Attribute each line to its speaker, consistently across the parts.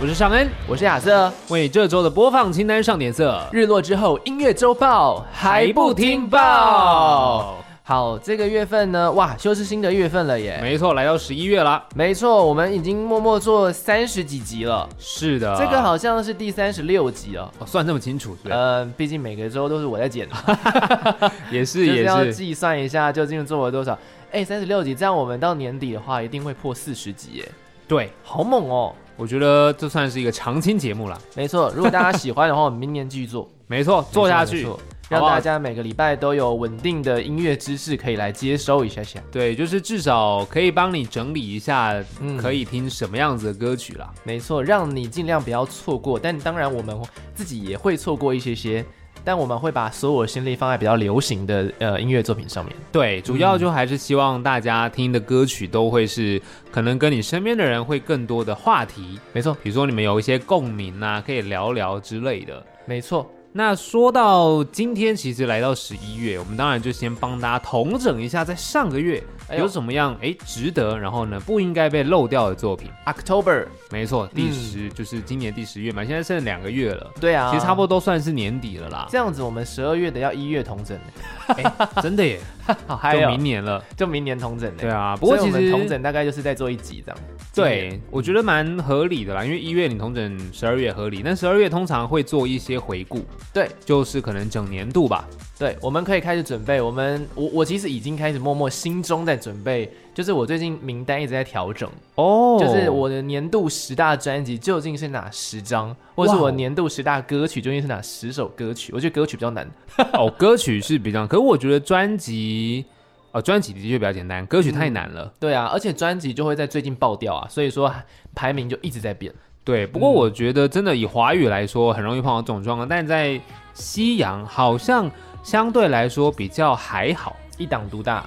Speaker 1: 我是尚恩，
Speaker 2: 我是亚瑟。
Speaker 1: 为这周的播放清单上点色。
Speaker 2: 日落之后，音乐周报
Speaker 1: 还不听报？
Speaker 2: 好，这个月份呢，哇，又是新的月份了耶。
Speaker 1: 没错，来到十一月了。
Speaker 2: 没错，我们已经默默做三十几集了，
Speaker 1: 是的，
Speaker 2: 这个好像是第三十六集了。
Speaker 1: 哦算这么清楚，对，
Speaker 2: 呃，毕竟每个周都是我在剪，
Speaker 1: 也
Speaker 2: 就是是要
Speaker 1: 也是，
Speaker 2: 计算一下究竟做了多少。哎，三十六集，这样我们到年底的话，一定会破四十集耶，
Speaker 1: 对，
Speaker 2: 好猛哦！
Speaker 1: 我觉得这算是一个常青节目了。
Speaker 2: 没错，如果大家喜欢的话，我们明年继续做，
Speaker 1: 没错， 做下
Speaker 2: 没
Speaker 1: 去
Speaker 2: 错，没错
Speaker 1: 好
Speaker 2: 让
Speaker 1: 不好
Speaker 2: 大家每个礼拜都有稳定的音乐知识可以来接收一下下。
Speaker 1: 对，就是至少可以帮你整理一下，
Speaker 2: 嗯
Speaker 1: 可以听什么样子的歌曲啦。
Speaker 2: 没错，让你尽量不要错过，但当然我们自己也会错过一些些，但我们会把所有心力放在比较流行的呃音乐作品上面。
Speaker 1: 对，主要
Speaker 2: 嗯
Speaker 1: 就还是希望大家听的歌曲都会是可能跟你身边的人会更多的话题，
Speaker 2: 没错，
Speaker 1: 比如说你们有一些共鸣啊，可以聊聊之类的。
Speaker 2: 没错，
Speaker 1: 那说到今天，其实来到十一月，我们当然就先帮大家统整一下，在上个月
Speaker 2: 哎呦
Speaker 1: 有怎么样哎值得，然后呢不应该被漏掉的作品。
Speaker 2: October，
Speaker 1: 没错，第
Speaker 2: 嗯
Speaker 1: 十、就是今年第十月嘛，现在剩两个月了，
Speaker 2: 对啊，
Speaker 1: 其实差不多都算是年底了 啦。
Speaker 2: 这样子，我们十二月的要一月同 整，
Speaker 1: 真 的耶，
Speaker 2: 好嗨
Speaker 1: 就
Speaker 2: 哦，
Speaker 1: 明年了。
Speaker 2: 就明年同整呢。
Speaker 1: 对啊，不
Speaker 2: 所
Speaker 1: 过
Speaker 2: 以我
Speaker 1: 其
Speaker 2: 们
Speaker 1: 实
Speaker 2: 同整大概就是在做一集这样。今
Speaker 1: 对
Speaker 2: 年，嗯
Speaker 1: 我觉得蛮合理的啦，因为一月你同整，十二月合理，但十二月通常会做一些回顾，
Speaker 2: 对
Speaker 1: 就是可能整年度吧。
Speaker 2: 对，我们可以开始准备。我们我我其实已经开始默默心中在准备，就是我最近名单一直在调整，
Speaker 1: 哦
Speaker 2: 就是 我的年度十大专辑究竟是哪十张，或是
Speaker 1: 哇哦
Speaker 2: 我年度十大歌曲究竟是哪十首歌曲？我觉得歌曲比较难。
Speaker 1: 哦，歌曲是比较，可是我觉得专辑哦，专辑的确比较简单，歌曲太难了。
Speaker 2: 对啊，而且专辑就会在最近爆掉啊，所以说排名就一直在变。
Speaker 1: 对，不过我觉得真的以华语来说，很容易碰到这种状况，但在西洋好像相对来说比较还好。
Speaker 2: 一党独大，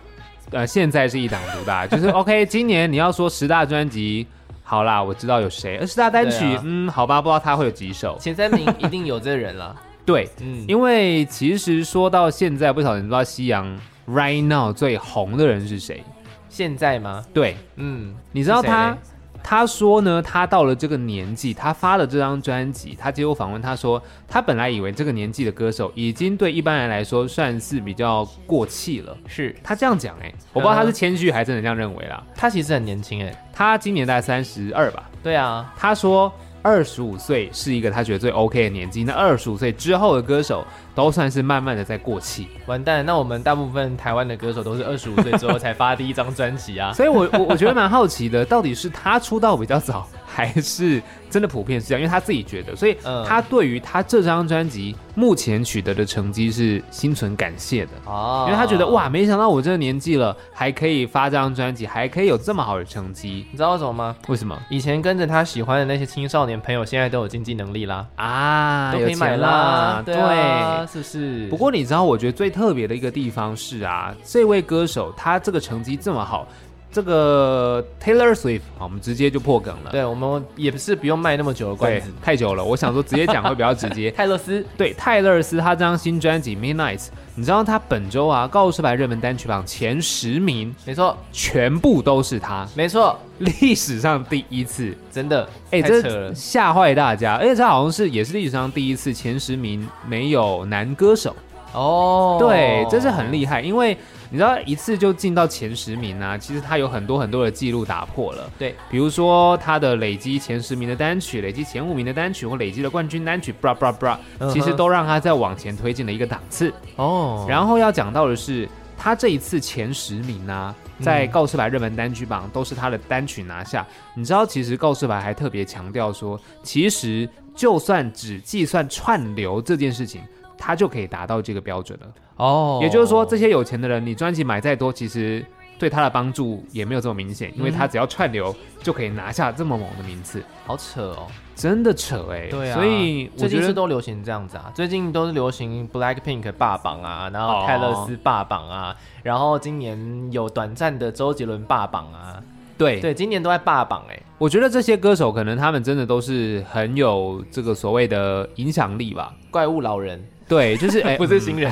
Speaker 1: 呃，现在是一党独 大，就是 OK。今年你要说十大专辑，好啦，我知道有谁，呃而十大单曲，
Speaker 2: 对啊
Speaker 1: 嗯，好吧，不知道他会有几首。
Speaker 2: 前三名一定有这人 了。
Speaker 1: 对，
Speaker 2: 嗯，
Speaker 1: 因为其实说到现在，不晓得你知道西洋 right now 最红的人是谁？
Speaker 2: 现在吗？
Speaker 1: 对，
Speaker 2: 嗯，
Speaker 1: 你知道
Speaker 2: 是谁
Speaker 1: 他
Speaker 2: 嘞？
Speaker 1: 他说呢，他到了这个年纪，他发了这张专辑，他接受访问，他说他本来以为这个年纪的歌手已经对一般人来说算是比较过气了，
Speaker 2: 是
Speaker 1: 他这样讲哎、我不知道他
Speaker 2: 嗯
Speaker 1: 是谦虚还是真的这样认为啦。
Speaker 2: 他其实很年轻哎、
Speaker 1: 他今年大概三十二吧，
Speaker 2: 对啊，
Speaker 1: 他说二十五岁是一个他觉得最 OK 的年纪，那二十五岁之后的歌手都算是慢慢的在过气，
Speaker 2: 完蛋，那我们大部分台湾的歌手都是二十五岁之后才发第一张专辑啊。
Speaker 1: 所以我我我觉得蛮好奇的，到底是他出道比较早，还是真的普遍是这样？因为他自己觉得，所以
Speaker 2: 嗯
Speaker 1: 他对于他这张专辑目前取得的成绩是心存感谢的。
Speaker 2: 哦
Speaker 1: 因为他觉得哇，，没想到我这个年纪了，还可以发这张专辑，还可以有这么好的成绩，
Speaker 2: 你知道为什么吗？
Speaker 1: 为什么
Speaker 2: 以前跟着他喜欢的那些青少年朋友，现在都有经济能力啦，
Speaker 1: 啊？
Speaker 2: 都可以
Speaker 1: 有
Speaker 2: 买
Speaker 1: 钱
Speaker 2: 啦
Speaker 1: 啦，，
Speaker 2: 对啊，是不是？
Speaker 1: 不过你知道，我觉得最特别的一个地方是啊，这位歌手他这个成绩这么好，这个 Taylor Swift 啊，我们直接就破梗了。
Speaker 2: 对我们也不是不用卖那么久的关
Speaker 1: 对
Speaker 2: 子。，。
Speaker 1: 太久了，我想说直接讲会比较直 接
Speaker 2: 泰勒斯
Speaker 1: 对，泰勒斯他这张新专辑《Midnight》，你知道他本周啊告示牌热门单曲榜前十名
Speaker 2: 没错，
Speaker 1: 全部都是他，
Speaker 2: 没错，
Speaker 1: 历史上第一次。
Speaker 2: 真的，
Speaker 1: 哎、
Speaker 2: 太扯
Speaker 1: 这
Speaker 2: 了，
Speaker 1: 吓坏大家！而且这好像是也是历史上第一次前十名没有男歌手。
Speaker 2: 哦，
Speaker 1: 对，这是很厉害，因为你知道一次就进到前十名啊，其实他有很多很多的记录打破了。
Speaker 2: 对，
Speaker 1: 比如说他的累积前十名的单曲，累积前五名的单曲，或累积了冠军单曲，bra bra bra，、
Speaker 2: 嗯哼
Speaker 1: 其实都让他再往前推进了一个档次。
Speaker 2: 哦。
Speaker 1: 然后要讲到的是，他这一次前十名啊，
Speaker 2: 嗯
Speaker 1: 在告示牌热门单曲榜都是他的单曲拿下。你知道，其实告示牌还特别强调说，其实就算只计算串流这件事情，他就可以达到这个标准了。
Speaker 2: 哦，
Speaker 1: 也就是说，这些有钱的人，你专辑买再多，其实对他的帮助也没有这么明显，因为他只要串流就可以拿下这么猛的名次，
Speaker 2: 好扯哦。
Speaker 1: 真的扯哎、
Speaker 2: 对啊，
Speaker 1: 所以我
Speaker 2: 最近
Speaker 1: 觉
Speaker 2: 是
Speaker 1: 得
Speaker 2: 都流行这样子啊，最近都是流行 Blackpink 霸榜啊，然后
Speaker 1: 哦
Speaker 2: 泰勒斯霸榜啊，然后今年有短暂的周杰伦霸榜啊，
Speaker 1: 对，
Speaker 2: 对，今年都在霸榜哎、
Speaker 1: 我觉得这些歌手可能他们真的都是很有这个所谓的影响力吧。
Speaker 2: 怪物老 人
Speaker 1: 对， 就是哎，
Speaker 2: 不是
Speaker 1: 嗯
Speaker 2: 新人，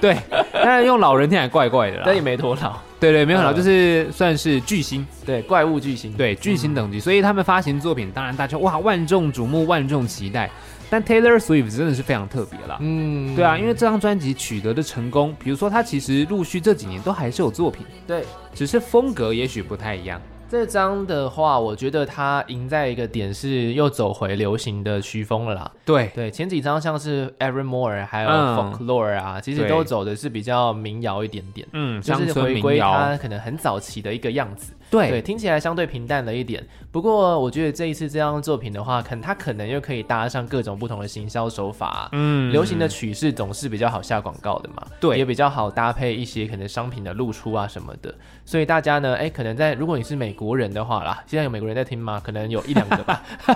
Speaker 1: 对，当然用老人听起来怪怪的啦。
Speaker 2: 但也没多 老，
Speaker 1: 对对，没有啦，
Speaker 2: 呃
Speaker 1: 就是算是巨星，
Speaker 2: 对，怪物巨星，
Speaker 1: 对巨星等级，所以他们发行作品，当然大家哇万众瞩目，万众期待。但 Taylor Swift 真的是非常特别啦。
Speaker 2: 嗯，
Speaker 1: 对啊，因为这张专辑取得的成功，比如说他其实陆续这几年都还是有作品，
Speaker 2: 对。
Speaker 1: 只是风格也许不太一样。
Speaker 2: 这张的话，我觉得它赢在一个点是又走回流行的曲风了啦。
Speaker 1: 对，
Speaker 2: 对，前几张像是 Every More 还有
Speaker 1: 嗯
Speaker 2: Folklore 啊，其实
Speaker 1: 对
Speaker 2: 都走的是比较民谣一点点，
Speaker 1: 嗯，
Speaker 2: 就
Speaker 1: 乡
Speaker 2: 是
Speaker 1: 村
Speaker 2: 回
Speaker 1: 民
Speaker 2: 归
Speaker 1: 谣，
Speaker 2: 它可能很早期的一个样子。对，
Speaker 1: 对，
Speaker 2: 听起来相对平淡了一点。不过我觉得这一次这张作品的话，可能它可能又可以搭上各种不同的行销手法啊、
Speaker 1: 嗯
Speaker 2: 流行的曲式总是比较好下广告的嘛，
Speaker 1: 对
Speaker 2: 也比较好搭配一些可能商品的露出啊什么的。所以大家呢，哎，可能在如果你是美国人的话啦，现在有美国人在听吗？可能有一两个吧，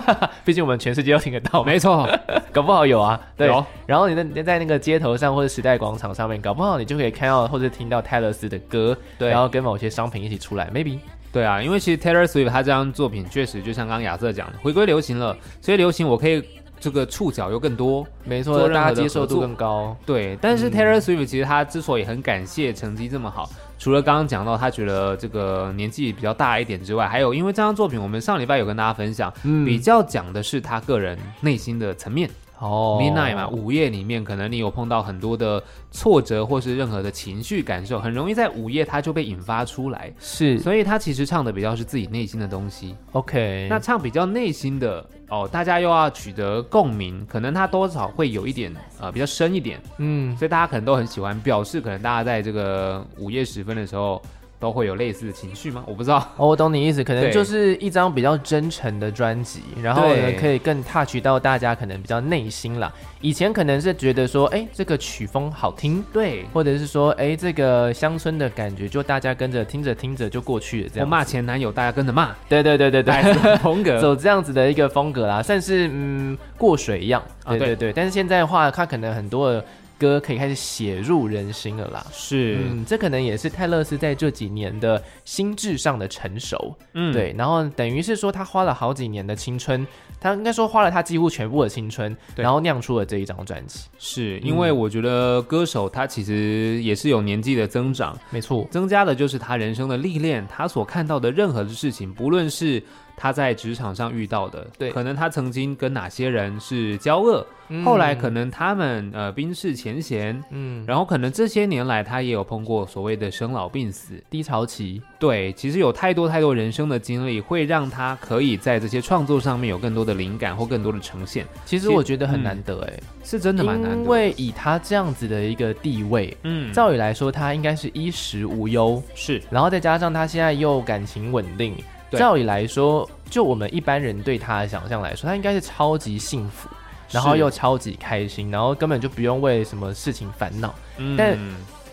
Speaker 2: 毕竟我们全世界都听得到嘛，
Speaker 1: 没错，
Speaker 2: 搞不好有啊。对，
Speaker 1: 有
Speaker 2: 然后你在你在那个街头上或者时代广场上面，搞不好你就可以看到或者听到泰勒斯的歌，
Speaker 1: 对
Speaker 2: 然后跟某些商品一起出来，maybe。
Speaker 1: 对啊，因为其实 Taylor Swift 他这张作品确实就像刚刚亚瑟讲的，回归流行了，所以流行我可以这个触角又更多。
Speaker 2: 没
Speaker 1: 做
Speaker 2: 错，
Speaker 1: 任何
Speaker 2: 大家
Speaker 1: 的
Speaker 2: 接
Speaker 1: 合
Speaker 2: 受度
Speaker 1: 作
Speaker 2: 更高。
Speaker 1: 对，但是 Taylor Swift 其实他之所以很感谢成绩这么好，除了刚刚讲到他觉得这个年纪比较大一点之外，还有因为这张作品我们上礼拜有跟大家分享，
Speaker 2: 嗯
Speaker 1: 比较讲的是他个人内心的层面。
Speaker 2: 哦
Speaker 1: Midnight 嘛，午夜里面可能你有碰到很多的挫折或是任何的情绪感受，很容易在午夜它就被引发出来。
Speaker 2: 是
Speaker 1: 所以他其实唱的比较是自己内心的东西。
Speaker 2: OK。
Speaker 1: 那唱比较内心的哦，大家又要取得共鸣，可能他多少会有一点呃比较深一点，
Speaker 2: 嗯，
Speaker 1: 所以大家可能都很喜欢，表示可能大家在这个午夜时分的时候都会有类似的情绪吗？我不知道。
Speaker 2: 哦，我懂你意思，可能
Speaker 1: 对
Speaker 2: 就是一张比较真诚的专辑，然后呢
Speaker 1: 对
Speaker 2: 可以更 touch 到大家可能比较内心啦。以前可能是觉得说，哎，这个曲风好听。
Speaker 1: 对，
Speaker 2: 或者是说，哎，这个乡村的感觉，就大家跟着听着听着就过去了，这
Speaker 1: 我
Speaker 2: 样。
Speaker 1: 骂哎前男友，大家跟着骂，
Speaker 2: 对对对对对，
Speaker 1: 对，风格。
Speaker 2: 走这样子的一个风格啦，算是嗯过水一样。
Speaker 1: 啊
Speaker 2: 对对
Speaker 1: 对
Speaker 2: 对，但是现在的话，它可能很多的歌可以开始写入人心了啦。
Speaker 1: 是，
Speaker 2: 嗯，这可能也是泰勒斯在这几年的心智上的成熟，
Speaker 1: 嗯，
Speaker 2: 对，然后等于是说他花了好几年的青春，他应该说花了他几乎全部的青春，
Speaker 1: 对
Speaker 2: 然后酿出了这一张专辑，
Speaker 1: 是因
Speaker 2: 嗯
Speaker 1: 为我觉得歌手他其实也是有年纪的增长，
Speaker 2: 没错，
Speaker 1: 增加的就是他人生的历练，他所看到的任何的事情，不论是他在职场上遇到的，
Speaker 2: 对
Speaker 1: 可能他曾经跟哪些人是交恶，后来可能他们呃冰释前嫌，
Speaker 2: 嗯
Speaker 1: 然后可能这些年来他也有碰过所谓的生老病死，
Speaker 2: 低潮期，
Speaker 1: 对，其实有太多太多人生的经历，会让他可以在这些创作上面有更多的灵感或更多的呈现，
Speaker 2: 其实
Speaker 1: 其
Speaker 2: 我觉得很
Speaker 1: 嗯
Speaker 2: 难得哎、
Speaker 1: 是真的蛮难
Speaker 2: 因
Speaker 1: 的。
Speaker 2: 为以他这样子的一个地位，
Speaker 1: 嗯，
Speaker 2: 照理来说他应该是衣食无忧，
Speaker 1: 是
Speaker 2: 然后再加上他现在又感情稳定，
Speaker 1: 对
Speaker 2: 照理来说，就我们一般人对他的想象来说，他应该是超级幸福，然后
Speaker 1: 是
Speaker 2: 又超级开心，然后根本就不用为什么事情烦恼。
Speaker 1: 嗯
Speaker 2: 但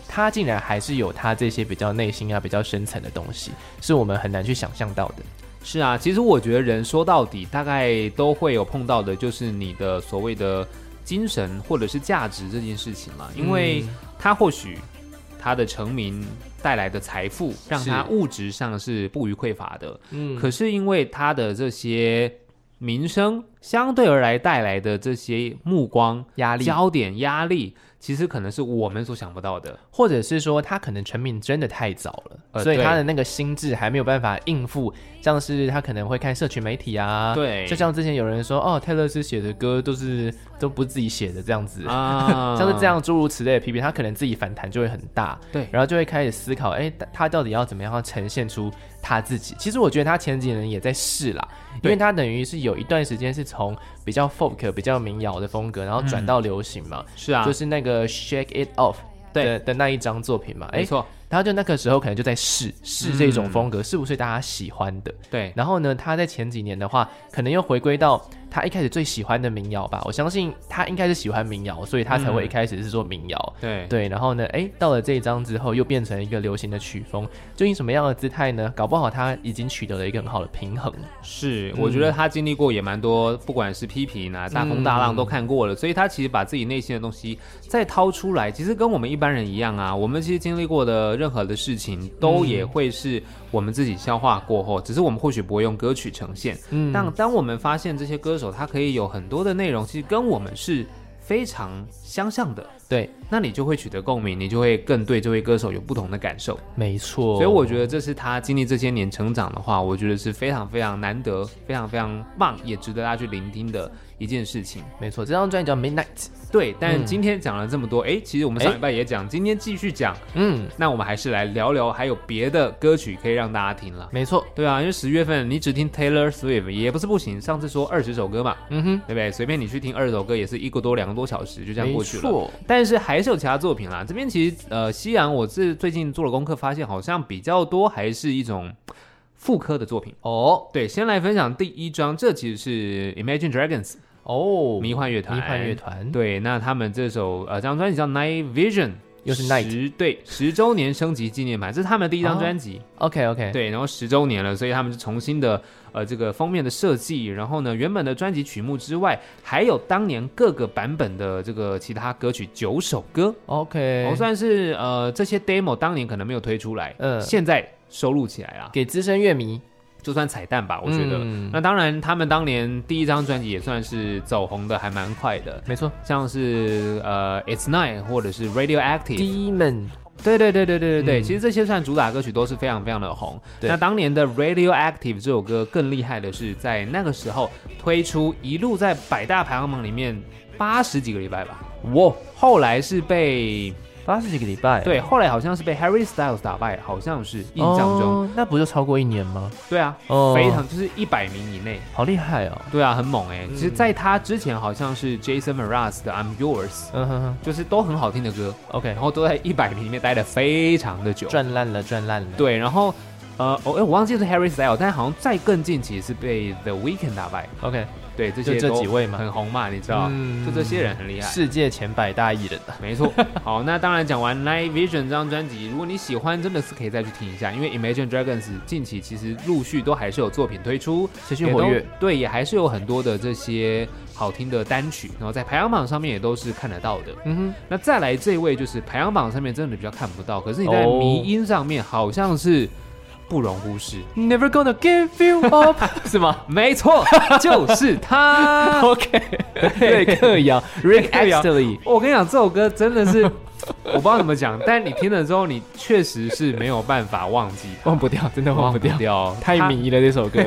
Speaker 2: 他竟然还是有他这些比较内心啊、比较深层的东西，是我们很难去想象到的。
Speaker 1: 是啊，其实我觉得人说到底，大概都会有碰到的，就是你的所谓的精神或者是价值这件事情嘛。因为他或许他的成名带来的财富，让他
Speaker 2: 是
Speaker 1: 物质上是不予匮乏的，
Speaker 2: 嗯，
Speaker 1: 可是因为他的这些名声相对而来带来的这些目光、
Speaker 2: 压力，
Speaker 1: 焦点、压力，其实可能是我们所想不到的。
Speaker 2: 或者是说他可能成名真的太早了，
Speaker 1: 呃
Speaker 2: 所以
Speaker 1: 对
Speaker 2: 他的那个心智还没有办法应付，像是他可能会看社群媒体啊，，
Speaker 1: 对，
Speaker 2: 就像之前有人说哦，泰勒斯写的歌都是都不是自己写的这样子，
Speaker 1: 啊
Speaker 2: 像是这，样诸如此类的批评，他可能自己反弹就会很大，
Speaker 1: 对
Speaker 2: 然后就会开始思考，哎，他他到底要怎么样呈现出他自己？其实我觉得他前几年也在试啦，因
Speaker 1: 对
Speaker 2: 为他等于是有一段时间是从比较 folk、比较民谣的风格，然后转到流行嘛，
Speaker 1: 是啊，
Speaker 2: 就是那个 Shake It Off
Speaker 1: 对
Speaker 2: 的的那一张作品嘛，
Speaker 1: 没
Speaker 2: 哎，
Speaker 1: 错，嗯
Speaker 2: 他就那个时候可能就在试试这种风格是不是大家喜欢的，
Speaker 1: 对，
Speaker 2: 然后呢，他在前几年的话，可能又回归到他一开始最喜欢的民谣吧。我相信他应该是喜欢民谣，所以他才会
Speaker 1: 嗯
Speaker 2: 一开始是做民谣。
Speaker 1: 对
Speaker 2: 对，然后呢，哎，到了这一张之后，又变成一个流行的曲风，究竟什么样的姿态呢？搞不好他已经取得了一个很好的平衡。
Speaker 1: 是，我觉得他经历过也蛮多，不管是批评啊、大风大浪都看过了，所以他其实把自己内心的东西再掏出来，其实跟我们一般人一样啊，我们其实经历过的任何的事情，都也会是我们自己消化过后，只是我们或许不会用歌曲呈现，
Speaker 2: 嗯
Speaker 1: 但当我们发现这些歌手他可以有很多的内容，其实跟我们是非常相像的。
Speaker 2: 对，
Speaker 1: 那你就会取得共鸣，你就会更对这位歌手有不同的感受，
Speaker 2: 没错。
Speaker 1: 所以我觉得这是他经历这些年成长的话，我觉得是非常非常难得、非常非常棒，也值得大家去聆听的一件事情。
Speaker 2: 没错，这张专辑叫《Midnight》。
Speaker 1: 对，
Speaker 2: 嗯
Speaker 1: 但今天讲了这么多，诶，其实我们上礼拜也讲，今天继续讲，
Speaker 2: 嗯，
Speaker 1: 那我们还是来聊聊还有别的歌曲可以让大家听了。
Speaker 2: 没错。
Speaker 1: 对啊，因为十月份你只听 Taylor Swift 也不是不行，上次说二十首歌嘛，
Speaker 2: 嗯哼，
Speaker 1: 对不对？随便你去听二十首歌也是一个多两个多小时，就这样
Speaker 2: 没
Speaker 1: 过去了。
Speaker 2: 错。
Speaker 1: 但是还是有其他作品啦。这边其实呃，西洋我是最近做了功课，发现好像比较多还是一种妇科的作品。
Speaker 2: 哦
Speaker 1: 对，先来分享第一张，这其实是 Imagine Dragons
Speaker 2: 哦，
Speaker 1: 迷幻乐团。
Speaker 2: 迷幻乐。团。
Speaker 1: 对，那他们这首呃，这张专辑叫 Night Vision，
Speaker 2: 又是 Night
Speaker 1: 十对十周年升级纪念版，这是他们的第一张
Speaker 2: 哦
Speaker 1: 专辑。
Speaker 2: OK OK。
Speaker 1: 对，然后十周年了，所以他们是重新的呃这个封面的设计，然后呢原本的专辑曲目之外，还有当年各个版本的这个其他歌曲九首歌，
Speaker 2: OK，
Speaker 1: 我、哦算是呃这些 demo 当年可能没有推出来，
Speaker 2: 嗯
Speaker 1: 现在收录起来啦，
Speaker 2: 给资深乐迷，
Speaker 1: 就算彩蛋吧，我觉得。
Speaker 2: 嗯
Speaker 1: 那当然，他们当年第一张专辑也算是走红的，还蛮快的，
Speaker 2: 没错。
Speaker 1: 像是呃《It's Night》或者是《Radioactive》，
Speaker 2: Demon
Speaker 1: 对对对对对对对，
Speaker 2: 嗯
Speaker 1: 其实这些算主打歌曲都是非常非常的红。
Speaker 2: 对
Speaker 1: 那当年的《Radioactive》这首歌更厉害的是，在那个时候推出，一路在百大排行榜里面八十几个礼拜吧。哇！后来是被
Speaker 2: 八十几个礼拜，
Speaker 1: 对，后来好像是被 Harry Styles 打败，好像是印象中。
Speaker 2: 哦那不就超过一年吗？
Speaker 1: 对啊，
Speaker 2: 哦
Speaker 1: 非常就是一百名以内。
Speaker 2: 好厉害哦。
Speaker 1: 对啊，很猛哎、
Speaker 2: 嗯
Speaker 1: 其实在他之前好像是 Jason Mraz 的《I'm Yours
Speaker 2: 嗯哼哼》，
Speaker 1: 就是都很好听的歌，
Speaker 2: ，OK，
Speaker 1: 然后都在一百名里面待的非常的久。
Speaker 2: 赚烂了，赚烂了。
Speaker 1: 对，然后呃，哦，哎，我忘记是 Harry Styles，但好像再更近期是被 The Weeknd 打败。
Speaker 2: ，OK，
Speaker 1: 对，这些
Speaker 2: 就这
Speaker 1: 都
Speaker 2: 几位嘛
Speaker 1: 很红嘛，你知道，
Speaker 2: 嗯
Speaker 1: 就这些人很厉害。
Speaker 2: 世界前百大艺人啊
Speaker 1: 没错， 好，那当然讲完《Night Vision》这张专辑，如果你喜欢，真的是可以再去听一下，因为 Imagine Dragons 近期其实陆续都还是有作品推出，
Speaker 2: 持续活跃
Speaker 1: 也都，对，也还是有很多的这些好听的单曲，然后在排行榜上面也都是看得到的。
Speaker 2: 嗯
Speaker 1: 那再来这位就是排行榜上面真的比较看不到，可是你在
Speaker 2: 哦
Speaker 1: 迷音上面好像是不容忽视，
Speaker 2: 哼，Never gonna give you up，是 吗
Speaker 1: 没错， 就是 他。
Speaker 2: ？OK，瑞克摇，Rick
Speaker 1: 克摇
Speaker 2: Astley，
Speaker 1: 我跟你讲，这首歌真的是我不知道怎么讲，但你听了之后，你确实是没有办法忘记它，
Speaker 2: 忘不掉，真的忘不掉，
Speaker 1: 掉
Speaker 2: 太
Speaker 1: 它
Speaker 2: 迷了这 首歌。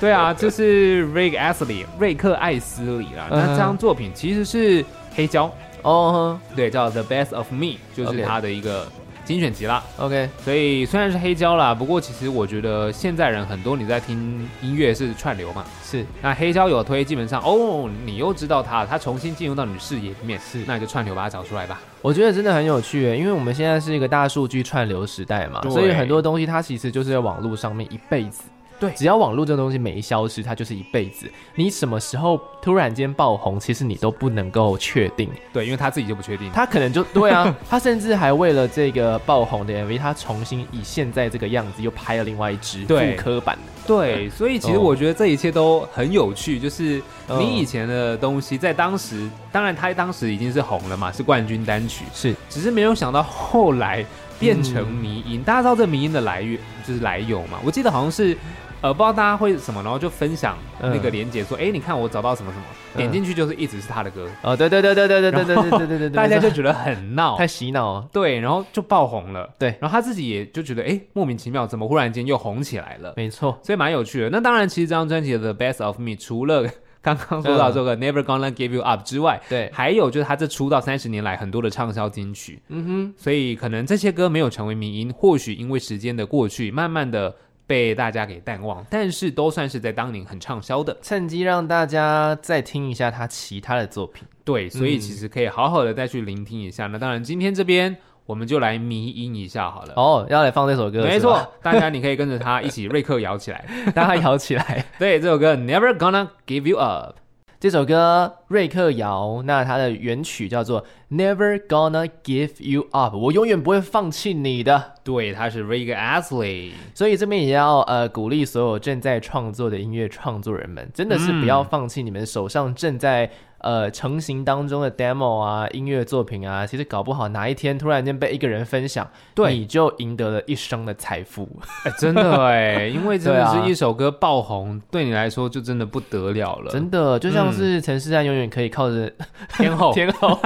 Speaker 1: 对 啊，就是 Rick Astley 瑞克艾斯里啦。那
Speaker 2: 嗯
Speaker 1: 这张作品其实是黑胶，
Speaker 2: 哦
Speaker 1: 对，叫 The Best of Me，就是
Speaker 2: OK
Speaker 1: 他的一个精选集啦。
Speaker 2: ，OK，
Speaker 1: 所以虽然是黑胶啦，不过其实我觉得现在人很多，你在听音乐是串流嘛，
Speaker 2: 是
Speaker 1: 那黑胶有推，基本上哦，你又知道它了，它重新进入到你的视野里面，是，那你就串流把它找出来吧。
Speaker 2: 我觉得真的很有趣耶，因为我们现在是一个大数据串流时代嘛，
Speaker 1: 对
Speaker 2: 所以很多东西它其实就是在网络上面一辈子。
Speaker 1: 对
Speaker 2: 只要网络这个东西没消失，它就是一辈子。你什么时候突然间爆红，其实你都不能够确定。
Speaker 1: 对，因为他自己就不确定。
Speaker 2: 他可能就对啊，他甚至还为了这个爆红的 MV，他重新以现在这个样子又拍了另外一支
Speaker 1: 对
Speaker 2: 复刻版。
Speaker 1: 对，所以其实
Speaker 2: 哦
Speaker 1: 我觉得这一切都很有趣，就是
Speaker 2: 嗯
Speaker 1: 你以前的东西在当时，当然他当时已经是红了嘛，是冠军单曲，
Speaker 2: 是
Speaker 1: 只是没有想到后来变成迷音。大家知道这迷音的来源就是来由嘛？我记得好像是。呃，不知道大家会什么，然后就分享那个
Speaker 2: 嗯
Speaker 1: 连接，说，哎、你看我找到什么什么，点
Speaker 2: 嗯
Speaker 1: 进去就是一直是他的歌，
Speaker 2: 哦，对对对对对对对对对对对对对，
Speaker 1: 大家
Speaker 2: 没错
Speaker 1: 就觉得很闹，
Speaker 2: 太洗脑了。
Speaker 1: 对，然后就爆红了，
Speaker 2: 对
Speaker 1: 然后他自己也就觉得，哎，莫名其妙，怎么忽然间又红起来了？
Speaker 2: 没错，
Speaker 1: 所以蛮有趣的。那当然，其实这张专辑的《The Best of Me》除了 刚刚说到这
Speaker 2: 嗯
Speaker 1: 个《Never Gonna Give You Up》之外，
Speaker 2: 对，
Speaker 1: 还有就是他这出道三十年来很多的畅销金曲，
Speaker 2: 嗯
Speaker 1: 所以可能这些歌没有成为民音，或许因为时间的过去，慢慢的被大家给淡忘，但是都算是在当年很畅销的
Speaker 2: 哼。，趁机让大家再听一下他其他的作品。
Speaker 1: 对，所以其实可以好好的再去聆听一下。那当然，今天这边我们就来迷音一下好了。
Speaker 2: 哦，要来放这首歌，
Speaker 1: 没
Speaker 2: 是吧，
Speaker 1: 错，大家你可以跟着他一起瑞克摇起来。
Speaker 2: 大家摇起来。
Speaker 1: 对，这首歌 Never Gonna Give You Up。
Speaker 2: 这首歌瑞克摇，那它的原曲叫做《Never Gonna Give You Up》，我永远不会放弃你的。
Speaker 1: 对，他是 Rick Astley。
Speaker 2: 所以这边也要呃鼓励所有正在创作的音乐创作人们，真的是不要放弃你们手上正在、呃成型当中
Speaker 1: 嗯
Speaker 2: 的 demo 啊、音乐作品啊。其实搞不好哪一天突然间被一个人分享，
Speaker 1: 对
Speaker 2: 你就赢得了一生的财富。
Speaker 1: 哎，真的哎，因为真
Speaker 2: 对
Speaker 1: 的
Speaker 2: 啊
Speaker 1: 是一首歌爆红，对你来说就真的不得了了。
Speaker 2: 真的，就像是陈世安永远可以靠着
Speaker 1: 天后，
Speaker 2: 天后。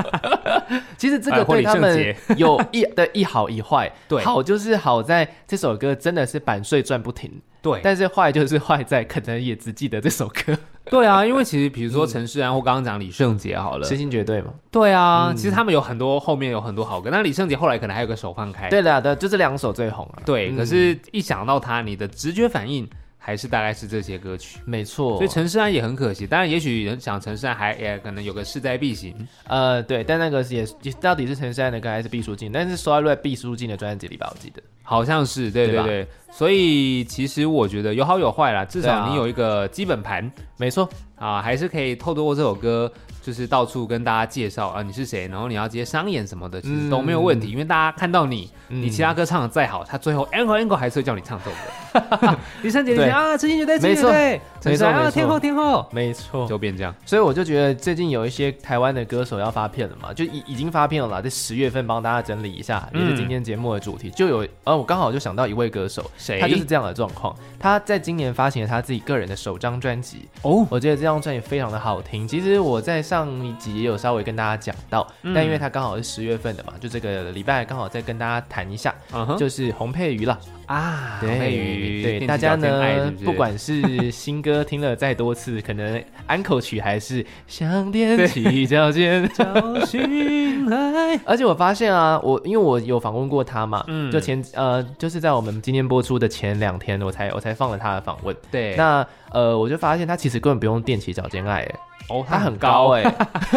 Speaker 2: 其实这个
Speaker 1: 嗯哎婚
Speaker 2: 对
Speaker 1: 礼
Speaker 2: 他
Speaker 1: 圣
Speaker 2: 们
Speaker 1: 洁
Speaker 2: 有一 的一好一坏。
Speaker 1: 对
Speaker 2: 好就是好在这首歌真的是版税赚不停，
Speaker 1: 对
Speaker 2: 但是坏就是坏在可能也只记得这首歌。
Speaker 1: 对啊，因为其实比如说陈势安或刚刚讲李圣杰好 了，
Speaker 2: 真心绝对嘛？
Speaker 1: 对啊，其实他们有很多后面有很多好歌，那李圣杰后来可能还有个手放开，
Speaker 2: 对的，对，就这两首最红了。
Speaker 1: 对，
Speaker 2: 嗯
Speaker 1: 可是一想到他，你的直觉反应还是大概是这些歌曲。
Speaker 2: 没错
Speaker 1: 所以，陈势安也很可惜，当然，也许人想陈势安还也可能有个势在必行，
Speaker 2: 呃，对，但那个是也是也到底是陈珊的歌还是毕书尽？但是收在毕书尽的专辑里吧，我记得。
Speaker 1: 好像是对
Speaker 2: 对
Speaker 1: 对
Speaker 2: 吧
Speaker 1: 对，所以其实我觉得有好有坏啦，至
Speaker 2: 对啊
Speaker 1: 少你有一个基本盘
Speaker 2: 没错，
Speaker 1: 啊，还是可以透过这首歌，就是到处跟大家介绍啊你是谁，然后你要接商演什么的，其
Speaker 2: 嗯
Speaker 1: 实都没有问题，因为大家看到你，你其他歌唱的再好，他最后 encore encore 还是会叫你唱这首歌。 李圣杰，你
Speaker 2: 对
Speaker 1: 说啊，陈星绝对，陈
Speaker 2: 没
Speaker 1: 星
Speaker 2: 错
Speaker 1: 绝对，陈星
Speaker 2: 没错没错
Speaker 1: 啊，天后天后，
Speaker 2: 没错。
Speaker 1: 就变这样。
Speaker 2: 所以我就觉得最近有一些台湾的歌手要发片了嘛，就已已经发片了啦，在十月份帮大家整理一下，也
Speaker 1: 嗯
Speaker 2: 是今天节目的主题。就有呃，我刚好就想到一位歌手，
Speaker 1: 谁
Speaker 2: 他就是这样的状况。他在今年发行了他自己个人的首张专辑，
Speaker 1: 哦，
Speaker 2: 我觉得这张专辑非常的好听。其实我在上一集也有稍微跟大家讲到，但因
Speaker 1: 嗯
Speaker 2: 为它刚好是十月份的嘛，就这个礼拜刚好再跟大家谈一下，
Speaker 1: 嗯哼，
Speaker 2: 就是洪佩瑜啦。
Speaker 1: 啊，美
Speaker 2: Uh-huh
Speaker 1: 语
Speaker 2: 对大家呢，
Speaker 1: 不
Speaker 2: 不 管是新歌听了再多次，可能安口曲还是想踮起脚 尖。
Speaker 1: 找寻爱，
Speaker 2: 而且我发现啊，我因为我有访问过他嘛，
Speaker 1: 嗯
Speaker 2: 就前呃，就是在我们今天播出的前两天，我才我才放了他的访问。
Speaker 1: 对，
Speaker 2: 那呃，我就发现他其实根本不用踮起脚尖爱，哎，
Speaker 1: 哦，
Speaker 2: 他很高
Speaker 1: 哎，
Speaker 2: 哎、